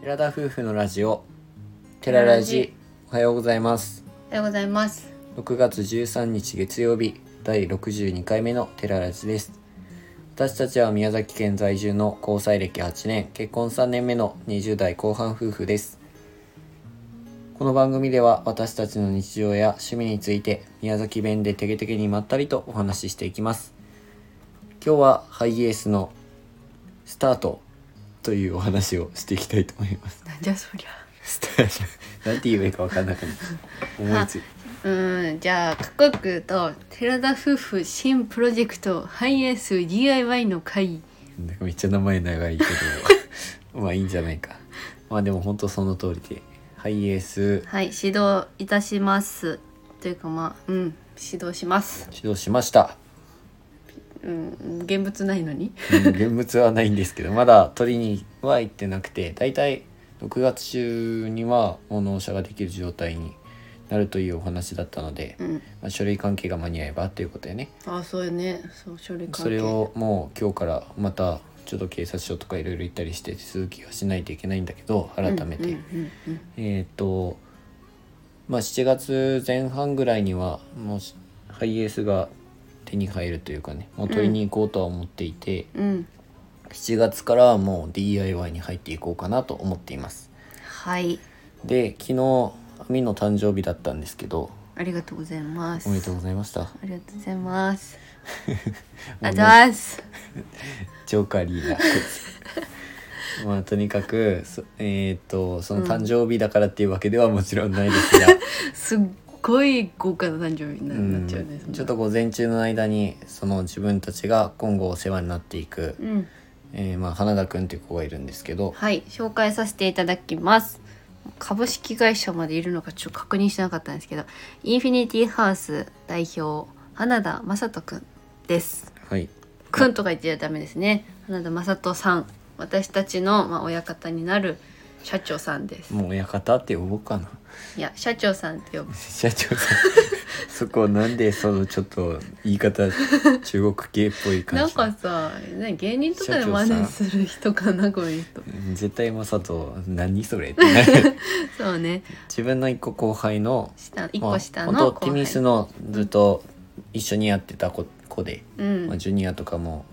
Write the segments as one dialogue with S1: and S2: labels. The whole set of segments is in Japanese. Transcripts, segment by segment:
S1: 寺田夫婦のラジオ寺ラジおはようございます
S2: おはようございます。
S1: 6月13日月曜日第62回目の寺ラジです私たちは宮崎県在住の交際歴8年結婚3年目の20代後半夫婦ですこの番組では私たちの日常や趣味について宮崎弁でテゲテゲにまったりとお話ししていきます今日はハイエースのスタートというお話をしていきたいと思います
S2: なんじゃそりゃ。
S1: スタジオ なんて言えばいいか分かんなくなる思いつい
S2: うーん、じゃあ、各国と寺田夫婦新プロジェクトハイエース DIY の会。
S1: なんかめっちゃ名前長いけど まあいいんじゃないかまあでも本当その通りでハイエース
S2: はい、指導いたします。というかまあ、うん、指導します。
S1: 指導しました、
S2: うん、現物ないのに。
S1: うん現物はないんですけどまだ取りには行ってなくて大体6月中にはもう納車ができる状態になるというお話だったので、
S2: うん。
S1: まあ、書類関係が間に合えばということでね
S2: あ、そうよね。そう、書類関係。
S1: それをもう今日からまたちょっと警察署とかいろいろ行ったりして手続きをしないといけないんだけど改めて、
S2: うんうんうんうん
S1: えっ、とまあ7月前半ぐらいにはもうしハイエースが手に入るというかねもう取りに行こうとは思っていて、
S2: うん。
S1: 7月からはもう DIY に入っていこうかなと思っています
S2: はい。
S1: で昨日アミの誕生日だったんですけど
S2: ありがとうございます。
S1: おめでとうございました
S2: ありがとうございます。ありがとうございます。
S1: ジョーカーリーダー まあとにかくそえっ、とその誕生日だからっていうわけではもちろんないですが、
S2: すっごい豪華な誕生日にななっちゃうね。
S1: うんちょっと午前中の間にその自分たちが今後お世話になっていく、
S2: うん、
S1: えーまあ、花田くんっていう子がいるんですけど
S2: はい、紹介させていただきます。株式会社までいるのかちょっと確認してなかったんですけど、インフィニティハウス代表花田正人くんです。
S1: はい
S2: くんとか言っちゃダメですね。花田正人さん、私たちのまあ親方になる社長さんです。
S1: もう親方って呼ぼうかな
S2: いや、社長さんって呼ぶ。
S1: 社長さんそこなんでそのちょっと言い方中国系っぽい
S2: な
S1: 感
S2: ん
S1: じ
S2: かさ、ね、芸人とかで真似する人かなこういう人。
S1: うん絶対マサト何それってな る
S2: そうね、
S1: 自分の一個後輩の
S2: 下一個下の
S1: まあ、
S2: 後
S1: 本当
S2: 輩。
S1: ティミスのずっと一緒にやってた子子で、
S2: うん
S1: まあ、、ジュニアとかも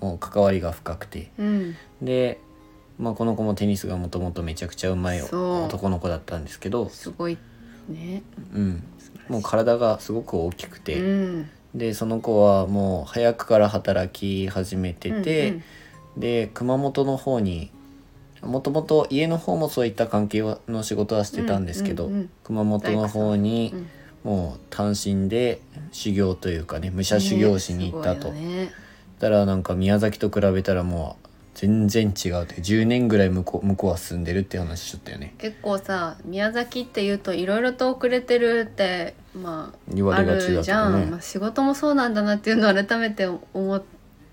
S1: もう関わりが深くて
S2: うん、
S1: で、まあ、この子もテニスがもともとめちゃくちゃうまい
S2: そう
S1: 男の子だったんですけど、
S2: すごいね。
S1: うん、もう体がすごく大きくて、
S2: うん、
S1: でその子はもう早くから働き始めてて、
S2: うんうん
S1: で熊本の方にもともと家の方もそういった関係はの仕事はしてたんですけど、
S2: うんうんうん
S1: 熊本の方に
S2: うん
S1: もう単身で修行というかね武者修行しに行ったと。
S2: ねすごいよね
S1: たらなんか宮崎と比べたらもう全然違うって10年ぐらい向こう向こうは住んでるって話しちゃったよね
S2: 結構さ宮崎っていうといろいろと遅れてるってま
S1: 言
S2: あ
S1: わ
S2: あ
S1: れがちだ
S2: る
S1: っ
S2: じゃ
S1: た
S2: ん、
S1: ね
S2: まあ、仕事もそうなんだなっていうのを改めて思っ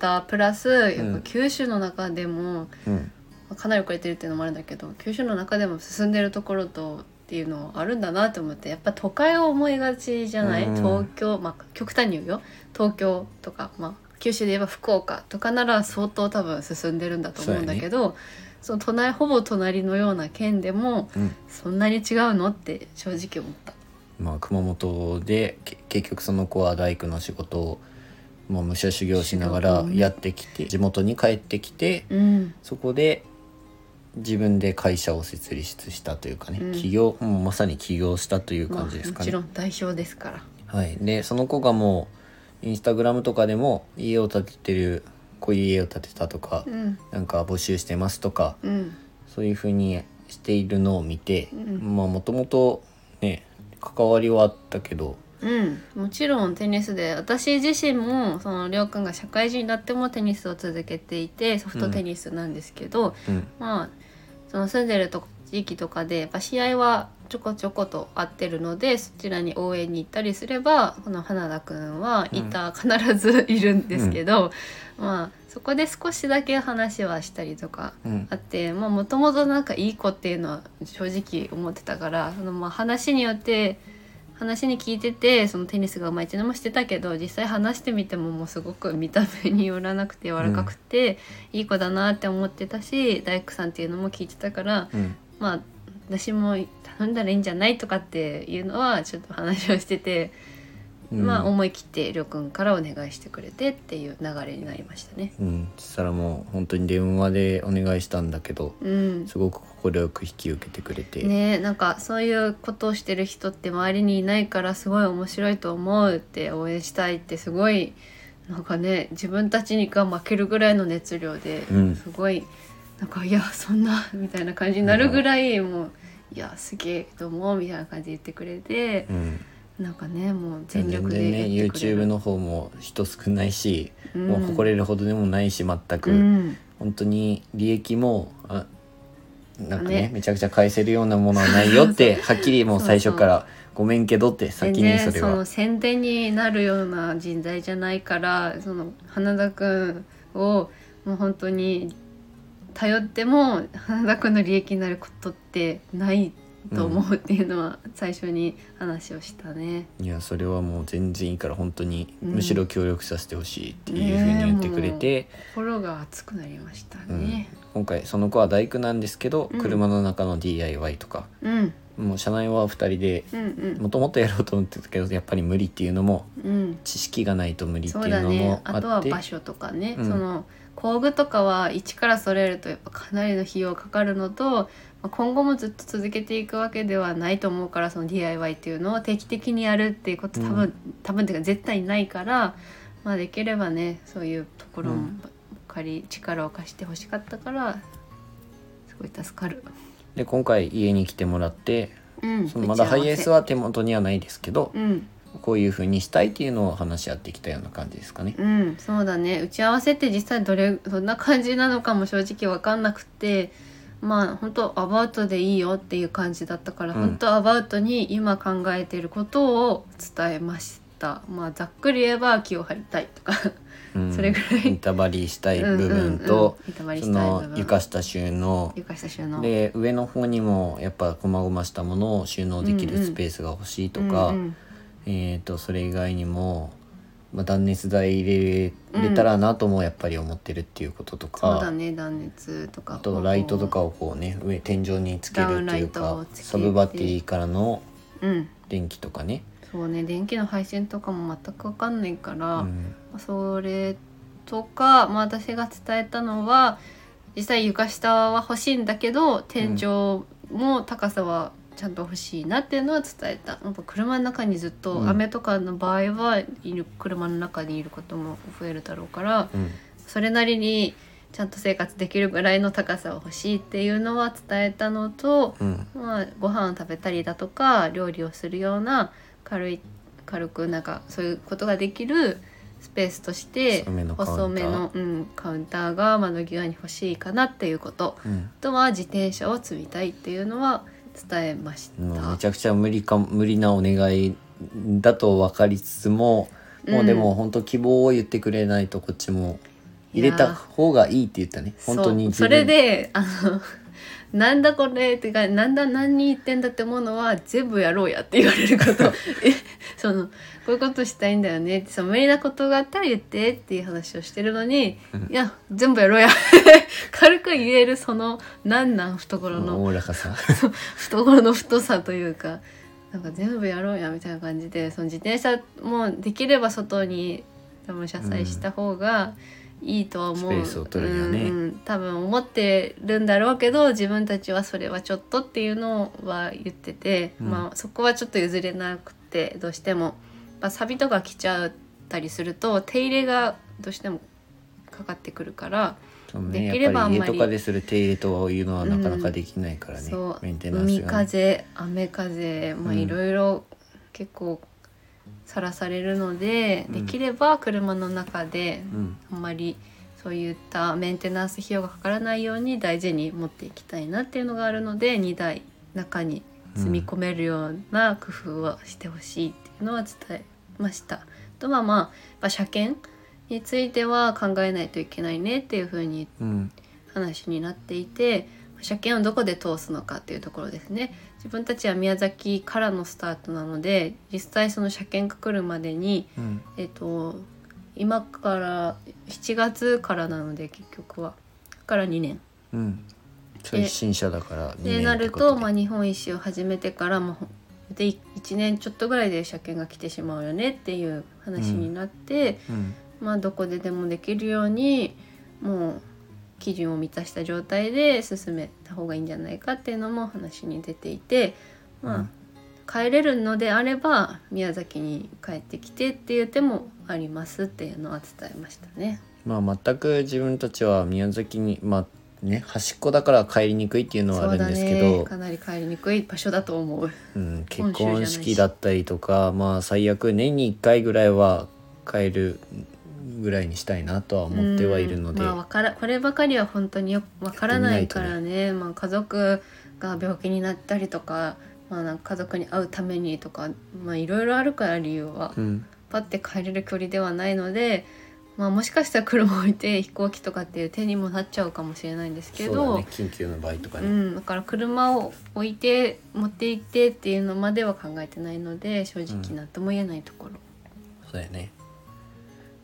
S2: たプラスやっ
S1: う
S2: ぱ
S1: ん
S2: 九州の中でも、
S1: うん
S2: かなり遅れてるっていうのもあるんだけど九州の中でも進んでるところとっていうのはあるんだなと思ってやっぱ都会を思いがちじゃない、
S1: うん
S2: 東京まあ極端に言うよ東京とか、まあ、九州で言えば福岡とかなら相当多分進んでるんだと思うんだけどそ,、の隣ほぼ隣のような県でも
S1: うん
S2: そんなに違うのって正直思った。
S1: まあ熊本でけ結局その子は大工の仕事をもう武者修行しながらやってきて地元に帰ってきて
S2: うん
S1: そこで自分で会社を設立したというかね、
S2: うん
S1: 起業もうまさに起業したという
S2: まあ、
S1: 感
S2: も
S1: じですか
S2: ち
S1: ね
S2: ろ。ん代表ですから。
S1: はい、でその子がもうインスタグラムとかでも家を建ててるこういう家を建てたとか、
S2: うん
S1: なんか募集してますとか
S2: うん
S1: そういうふうにしているのを見て、
S2: うん
S1: まあもともとね関わりはあったけど
S2: うん、もちろんテニスで私自身もそのりょうくんが社会人になってもテニスを続けていてソフトテニスなんですけど、
S1: うん
S2: まあその住んでるとこ地域とかでやっぱ試合はちょこちょこと合ってるのでそちらに応援に行ったりすればこの花田くんはいた、必ずいるんですけど、まあそこで少しだけ話はしたりとか
S1: うん
S2: あってまあもともとなんかいい子っていうのは正直思ってたからそのまあ話によって話に聞いててそのテニスがうまいっていうのもしてたけど実際話してみてももうすごく見た目によらなくて柔らかくて、いい子だなって思ってたし大工さんっていうのも聞いてたから
S1: うん
S2: まあ私も頼んだらいいんじゃないとかっていうのはちょっと話をしてて、
S1: うん
S2: まあ思い切ってりょうくんからお願いしてくれてっていう流れになりましたね。
S1: うん、そしたらもう本当に電話でお願いしたんだけど
S2: うん
S1: すごく快く引き受けてくれて、
S2: ねえなんかそういうことをしてる人って周りにいないからすごい面白いと思うって応援したいってすごいなんかね自分たちにが負けるぐらいの熱量で、
S1: うん
S2: すごいなんかいやそんなみたいな感じになるぐらいもういやすげえどうもみたいな感じで言ってくれて
S1: うん、
S2: なんかねもう全
S1: 全然
S2: 力
S1: ね
S2: でやってくれ
S1: YouTube
S2: る、
S1: の方も人少ないし、
S2: うん
S1: もう誇れるほどでもないし全く、
S2: うん
S1: 本当に利益もあなんかね
S2: ね
S1: めちゃくちゃ返せるようなものはないよって はっきりもう最初からごめんけどって
S2: で
S1: 先にそ
S2: ね
S1: れ
S2: その
S1: は
S2: 宣伝になるような人材じゃないからその花田くんをもう本当に頼っても花田くんの利益になることってないと思うっていうのは最初に話をしたね。
S1: いやそれはもう全然いいから本当に
S2: うん
S1: むしろ協力させてほしいっていうふうに言ってくれて、
S2: 心が熱くなりましたね。
S1: 今回その子は大工なんですけど、
S2: うん
S1: 車の中の DIY とか
S2: うん、うん、
S1: もう社内は2人で
S2: うん
S1: もともとやろうと思ってたけどやっぱり無理っていうのも
S2: うん
S1: 知識がないと無理ってい
S2: そう
S1: う
S2: だ
S1: の
S2: ね
S1: もあ
S2: あと
S1: っ
S2: は
S1: て
S2: 場所とかね、
S1: うん
S2: その工具とかは一から揃えるとやっぱかなりの費用かかるのとまあ今後もずっと続けていくわけではないと思うからその DIY っていうのを定期的にやるっていうこと多分、
S1: うん
S2: 多分っていうか絶対ないから、まあ、できればねそういうところ
S1: う
S2: も
S1: ん
S2: 借り力を貸してほしかったからすごい助かる。
S1: で今回家に来てもらって
S2: うん、
S1: そのまだハイエース
S2: は
S1: は手元にはないですけど、
S2: うん
S1: こういう風にしたいっていうのを話し合ってきたような感じですかね。
S2: うん、そうだね打ち合わせって実際どれどんな感じなのかも正直分かんなくてまあ本当アバウトでいいよっていう感じだったから、
S1: うん
S2: 本当アバウトに今考えていることを伝えましたまあざっくり言えば気を張りたいとか
S1: うん
S2: それぐらい
S1: 板張りしたい
S2: うん
S1: 部分と、
S2: うんうん、板張り
S1: そ
S2: したい部
S1: の
S2: 分
S1: 床下収納
S2: 床下収納
S1: で上の方にもやっぱ細々したものを収納でき
S2: うんう
S1: る
S2: ん
S1: スペースが欲しいとか、
S2: うんうん
S1: えー、とそれ以外にも、まあ、断熱材入れれたらなともやっぱり思ってるっていうことと
S2: そう
S1: か、
S2: だね断熱とか
S1: あとライトと
S2: こ
S1: かをこうね上天井につけるっていう
S2: ダウンライト
S1: か
S2: をつけて
S1: サブバッテリーからの
S2: ううん
S1: 電気とかね。
S2: そうね電気の配線とかも全く分かんないから、
S1: うん
S2: それとか、まあ、私が伝えたのは実際床下は欲しいんだけど天井も高さはちゃんと欲しいなっていうのは伝えたやっぱ車の中にずっと、
S1: うん
S2: 雨とかの場合はいる車の中にいることも増えるだろうから
S1: うん
S2: それなりにちゃんと生活できるぐらいの高さは欲しいっていうのは伝えたのと、
S1: うん
S2: まあ、ご飯を食べたりだとか料理をするような軽い軽くなんかそういうことができるスペースとして
S1: 細めのカウンター
S2: 細めの、うん、カウンターが窓際に欲しいかなっていうこと
S1: うん
S2: あとは自転車を積みたいっていうのは伝えまし
S1: もうめち
S2: た。
S1: ゃくちゃ無理か無理なお願いだと分かりつつも、もうでも本当希望を言ってくれないとこっちも
S2: い
S1: 入
S2: や
S1: れ
S2: ー
S1: た方がいいって言ったね本当に
S2: そうそれであの なんだこれってかなんだ何言ってんだってものは全部やろうやって言われること えそのこういうことしたいんだよねってその無理なことがあったら言ってっていう話をしてるのに、
S1: うん
S2: いや全部やろうや 軽く言えるそのなんなん懐の
S1: おおらかさ
S2: 懐の太さというかなんか全部やろうやみたいな感じでその自転車もできれば外に多分車載した方がいいとは思
S1: ス
S2: う、
S1: ペースを取るにはね
S2: うん多分思ってるんだろうけど自分たちはそれはちょっとっていうのは言ってて、
S1: うん
S2: まあそこはちょっと譲れなくてどうしても、まあ、サビとか来ちゃったりすると手入れがどうしてもかかってくるから。
S1: そうね
S2: できれば
S1: やっぱり
S2: あんま
S1: 家
S2: り
S1: とかでする手入れというのはなかなかできないからね、
S2: そう
S1: メンテナンス
S2: 海
S1: が、ね、
S2: 風雨風まあ
S1: うん
S2: いろいろ結構さらされるので、
S1: うん
S2: できれば車の中で
S1: うん
S2: あんまりそういったメンテナンス費用がかからないように大事に持っていきたいなっていうのがあるので2台中に積み込めるような工夫はしてほしいっていうのは伝えました。あとはまあやっぱ車検については考えないといけないねっていうふうに
S1: うん
S2: 話になっていて車検をどこで通すのかっていうところですね自分たちは宮崎からのスタートなので実際その車検が来るまでに、
S1: うん
S2: えっと今から7月からなので結局はだから2年
S1: うんそれ一心者だから2
S2: で
S1: 年
S2: な
S1: って
S2: る
S1: こと
S2: と、
S1: で
S2: まあ、日本一周を始めてからもうで1年ちょっとぐらいで車検が来てしまうよねっていう話になって、
S1: うん
S2: まあ、どこででもできるようにもう基準を満たした状態で進めた方がいいんじゃないかっていうのも話に出ていて、
S1: う
S2: ま
S1: ん
S2: あ、帰れるのであれば宮崎に帰ってきてっていう手もありますっていうのは伝えましたね。
S1: まあ全く自分たちは宮崎にまあね端っこだから帰りにくいっていうのはあるんですけ
S2: そうだ
S1: ど
S2: ねかなり帰りにくい場所だと思う。
S1: うん、
S2: 本
S1: 結
S2: 州じゃない
S1: 婚
S2: し
S1: 式だったりとかまあ最悪年に1回ぐらいは帰るぐらいにしたいなとは思ってはいるので、
S2: うんまあ、わからこればかりは本当によくわからないからねまあ、家族が病気になったりとか,、まあ、なんか家族に会うためにとかまあいろいろあるから理由は、
S1: うん
S2: パッて帰れる距離ではないので、まあ、もしかしたら車を置いて飛行機とかっていう手にもなっちゃうかもしれないんですけ
S1: そうだ
S2: ど
S1: ね緊急の場合とか
S2: う
S1: ね、
S2: ん、だから車を置いて持って行ってっていうのまでは考えてないので正
S1: う
S2: 直
S1: ん
S2: なんとも言えないところ。
S1: そうだよね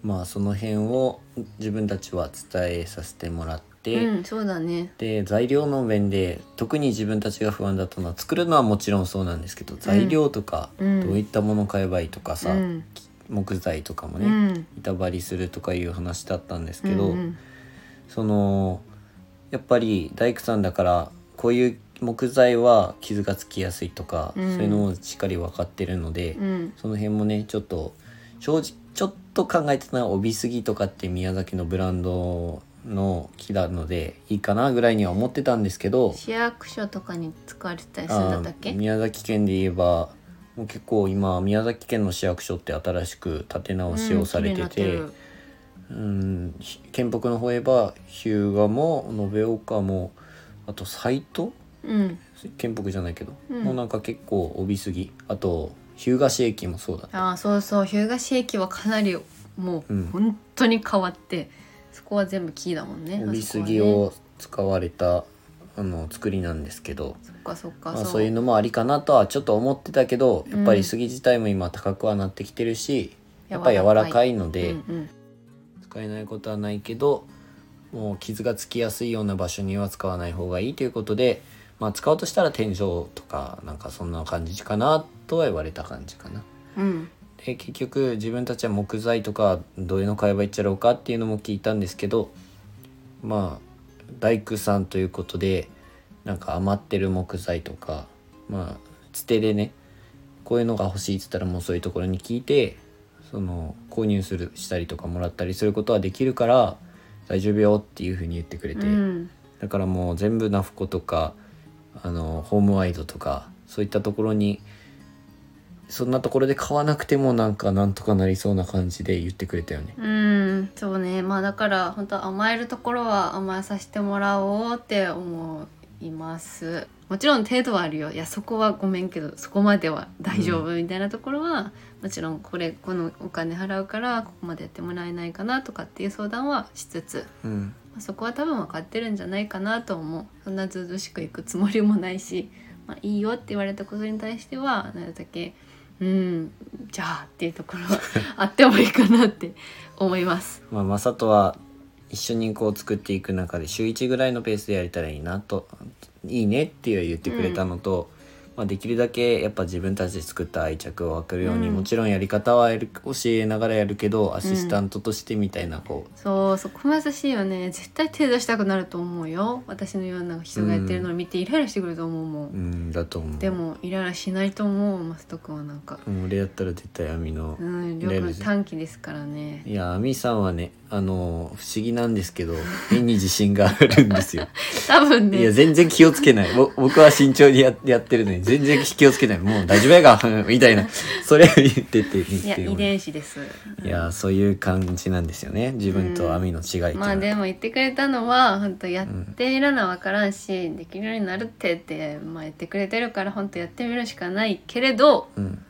S1: まあその辺を自分たちは伝えさせてもらって、
S2: うん、そうだね
S1: で材料の面で特に自分たちが不安だったのは作るのはもちろんそうなんですけど材料とか、
S2: うん
S1: どういったものを買えばいいとかさ、
S2: うん
S1: 木材とかも
S2: う
S1: ね、
S2: ん
S1: 板張りするとかいう話だったんですけど、
S2: うんうん
S1: そのやっぱり大工さんだからこういう木材は傷がつきやすいとか、
S2: うん
S1: そういうのもしっかり分かってるので、
S2: うん
S1: その辺もねちょっと正直ちょっと考えてたのは帯杉とかって宮崎のブランドの木なのでいいかなぐらいには思ってたんですけど
S2: 市役所とかに使われてたりするんだったっ
S1: あ
S2: け
S1: ー宮崎県で言えばもう結構今宮崎県の市役所って新しく建て直しをされてて。
S2: うん
S1: うん、ひ県北の方へば日向も延岡もあと斎藤
S2: 綺麗になってる
S1: 県北じゃないけど、
S2: うん
S1: もうなんか結構帯杉あと日向市駅もそうだ
S2: うん、ああそうそう日向市駅はかなりも
S1: う
S2: うん本当に変わって、そこは全部木だもんね
S1: 帯
S2: あそこは
S1: 杉
S2: ね
S1: を使われたあの作りなんですけど、
S2: そっかそっか
S1: ま
S2: そ
S1: あ、
S2: う
S1: そういうのもありかなとはちょっと思ってたけどやっぱり杉自体も今高くはなってきてるし、やっぱ柔らか
S2: い
S1: いので、
S2: うんうん
S1: 使えないことはないけどもう傷がつきやすいような場所には使わない方がいいということで、まあ、使うとしたら天井とかなんかそんな感じかなとは言われた感じかな。
S2: うん
S1: で結局自分たちは木材とかどういうの買えばいいっちゃろうかっていうのも聞いたんですけどまあ大工さんということでなんか余ってる木材とかまあつてでねこういうのが欲しいっつったらもうそういうところに聞いてその購入するしたりとかもらったりすることはできるから大丈夫よっていうふうに言ってくれて、
S2: うん
S1: だからもう全部ナフコとかあのホームワイドとかそういったところにそんなところで買わなくてもなんかなんとかなりそうな感じで言ってくれたよね。
S2: うんそうねまあだから本当甘えるところは甘えさせてもらおうって思いますもちろん程度はあるよいやそこはごめんけどそこまでは大丈夫みたいなところは、もちろんこれこのお金払うからここまでやってもらえないかなとかっていう相談はしつつ
S1: うん、
S2: まあそこは多分分かってるんじゃないかなと思うそんなずうずうしくいくつもりもないし、まあ、いいよって言われたことに対してはなるだけうんじゃあっていうとこ ろはあってもいいかなって思います。
S1: まあマサトは一緒にこう作っていく中で週1ぐらいのペースでやれたらいいなといいねっていう言ってくれたのと、まあ、できるだけやっぱ自分たちで作った愛着を分かるように、
S2: うん
S1: もちろんやり方はやる教えながらやるけどアシスタントとしてみたいなこう
S2: そうそこも優しいよね絶対手出したくなると思うよ私のような人がやってるのを見てイライラしてくると思うもん、
S1: うんだと思う。
S2: でもイライラしないと思うマスト君はなんか
S1: うん俺だったら絶対網の、
S2: うんりょうくん短期ですからね
S1: いや亜美さんはねあのー不思議なんですけど絵に自信があるんですよ
S2: 多分 ね
S1: いや全然気をつけないぼ僕は慎重にややってるのに全然気をつけないもう大丈夫やが みたいなそれを言ってて
S2: いや
S1: て
S2: 遺伝子です
S1: いやそういう感じなんですよね自分と亜美の違いっていうのは、
S2: まあでも言ってくれたのは本当やっていらな分からんし、できるようになるってって、まあ、言ってくれてるから本当やってみるしかないけれど
S1: うん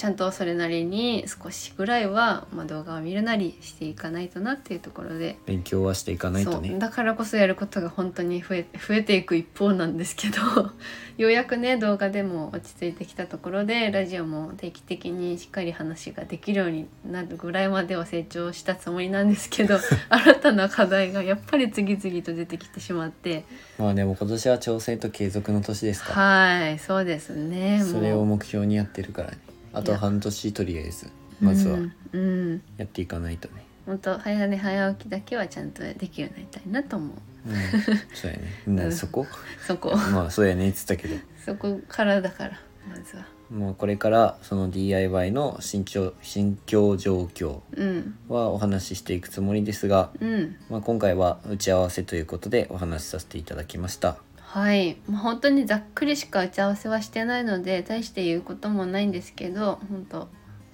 S2: ちゃんとそれなりに少しぐらいは、まあ、動画を見るなりしていかないとなっていうところで、
S1: 勉強はしていかないと
S2: そう
S1: ね
S2: だからこそやることが本当に増え増えていく一方なんですけど ようやくね動画でも落ち着いてきたところでラジオも定期的にしっかり話ができるようになるぐらいまでは成長したつもりなんですけ ど新たな課題がやっぱり次々と出てきてしまって
S1: まあでも今年は挑戦と継続の年ですか
S2: はいそうですね
S1: らそれを
S2: もう
S1: 目標にやってるからねあと半年とりあえず
S2: うん
S1: まずは
S2: うん
S1: やっていかないとね、
S2: 本当早寝早起きだけはちゃんとできるようになりたいなと思う
S1: うん、そうやね なそこ
S2: そ こ
S1: まあそうやねっつったけど
S2: そこからだからまずは
S1: もうこれからその DIY の心境心境状況
S2: うん
S1: はお話ししていくつもりですが、
S2: うん
S1: まあ、今回は打ち合わせということでお話しさせていただきました
S2: はい、まあ、本当にざっくりしか打ち合わせはしてないので大して言うこともないんですけど本当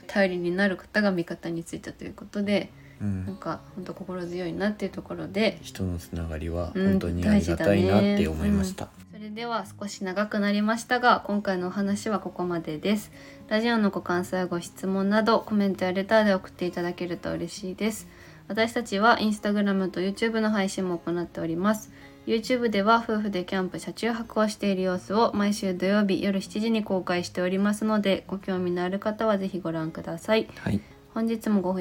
S2: 頼りになる方が味方についたということで
S1: う
S2: なん
S1: ん
S2: か本当心強いなっていうところで
S1: 人のつながりは
S2: うん
S1: 本当にありがたいなって思いました、
S2: それでは少し長くなりましたが今回のお話はここまでですラジオのご感想やご質問などコメントやレターで送っていただけると嬉しいです私たちはインスタグラムと YouTube の配信も行っております YouTube では夫婦でキャンプ車中泊をしている様子を毎週土曜日夜7時に公開しておりますのでご興味のある方はぜひご覧ください
S1: はい
S2: 本日もご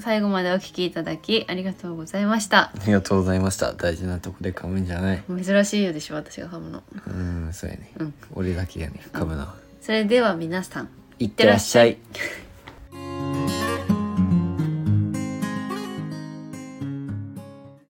S2: 最後までお聞きいただきありがとうございました
S1: ありがとうございました大事なとこで噛むんじゃない
S2: 珍しいよでしょ私がハムの
S1: うんそうやね、
S2: うん
S1: 俺だけやね噛むな、
S2: それでは皆さん
S1: いってらっしゃい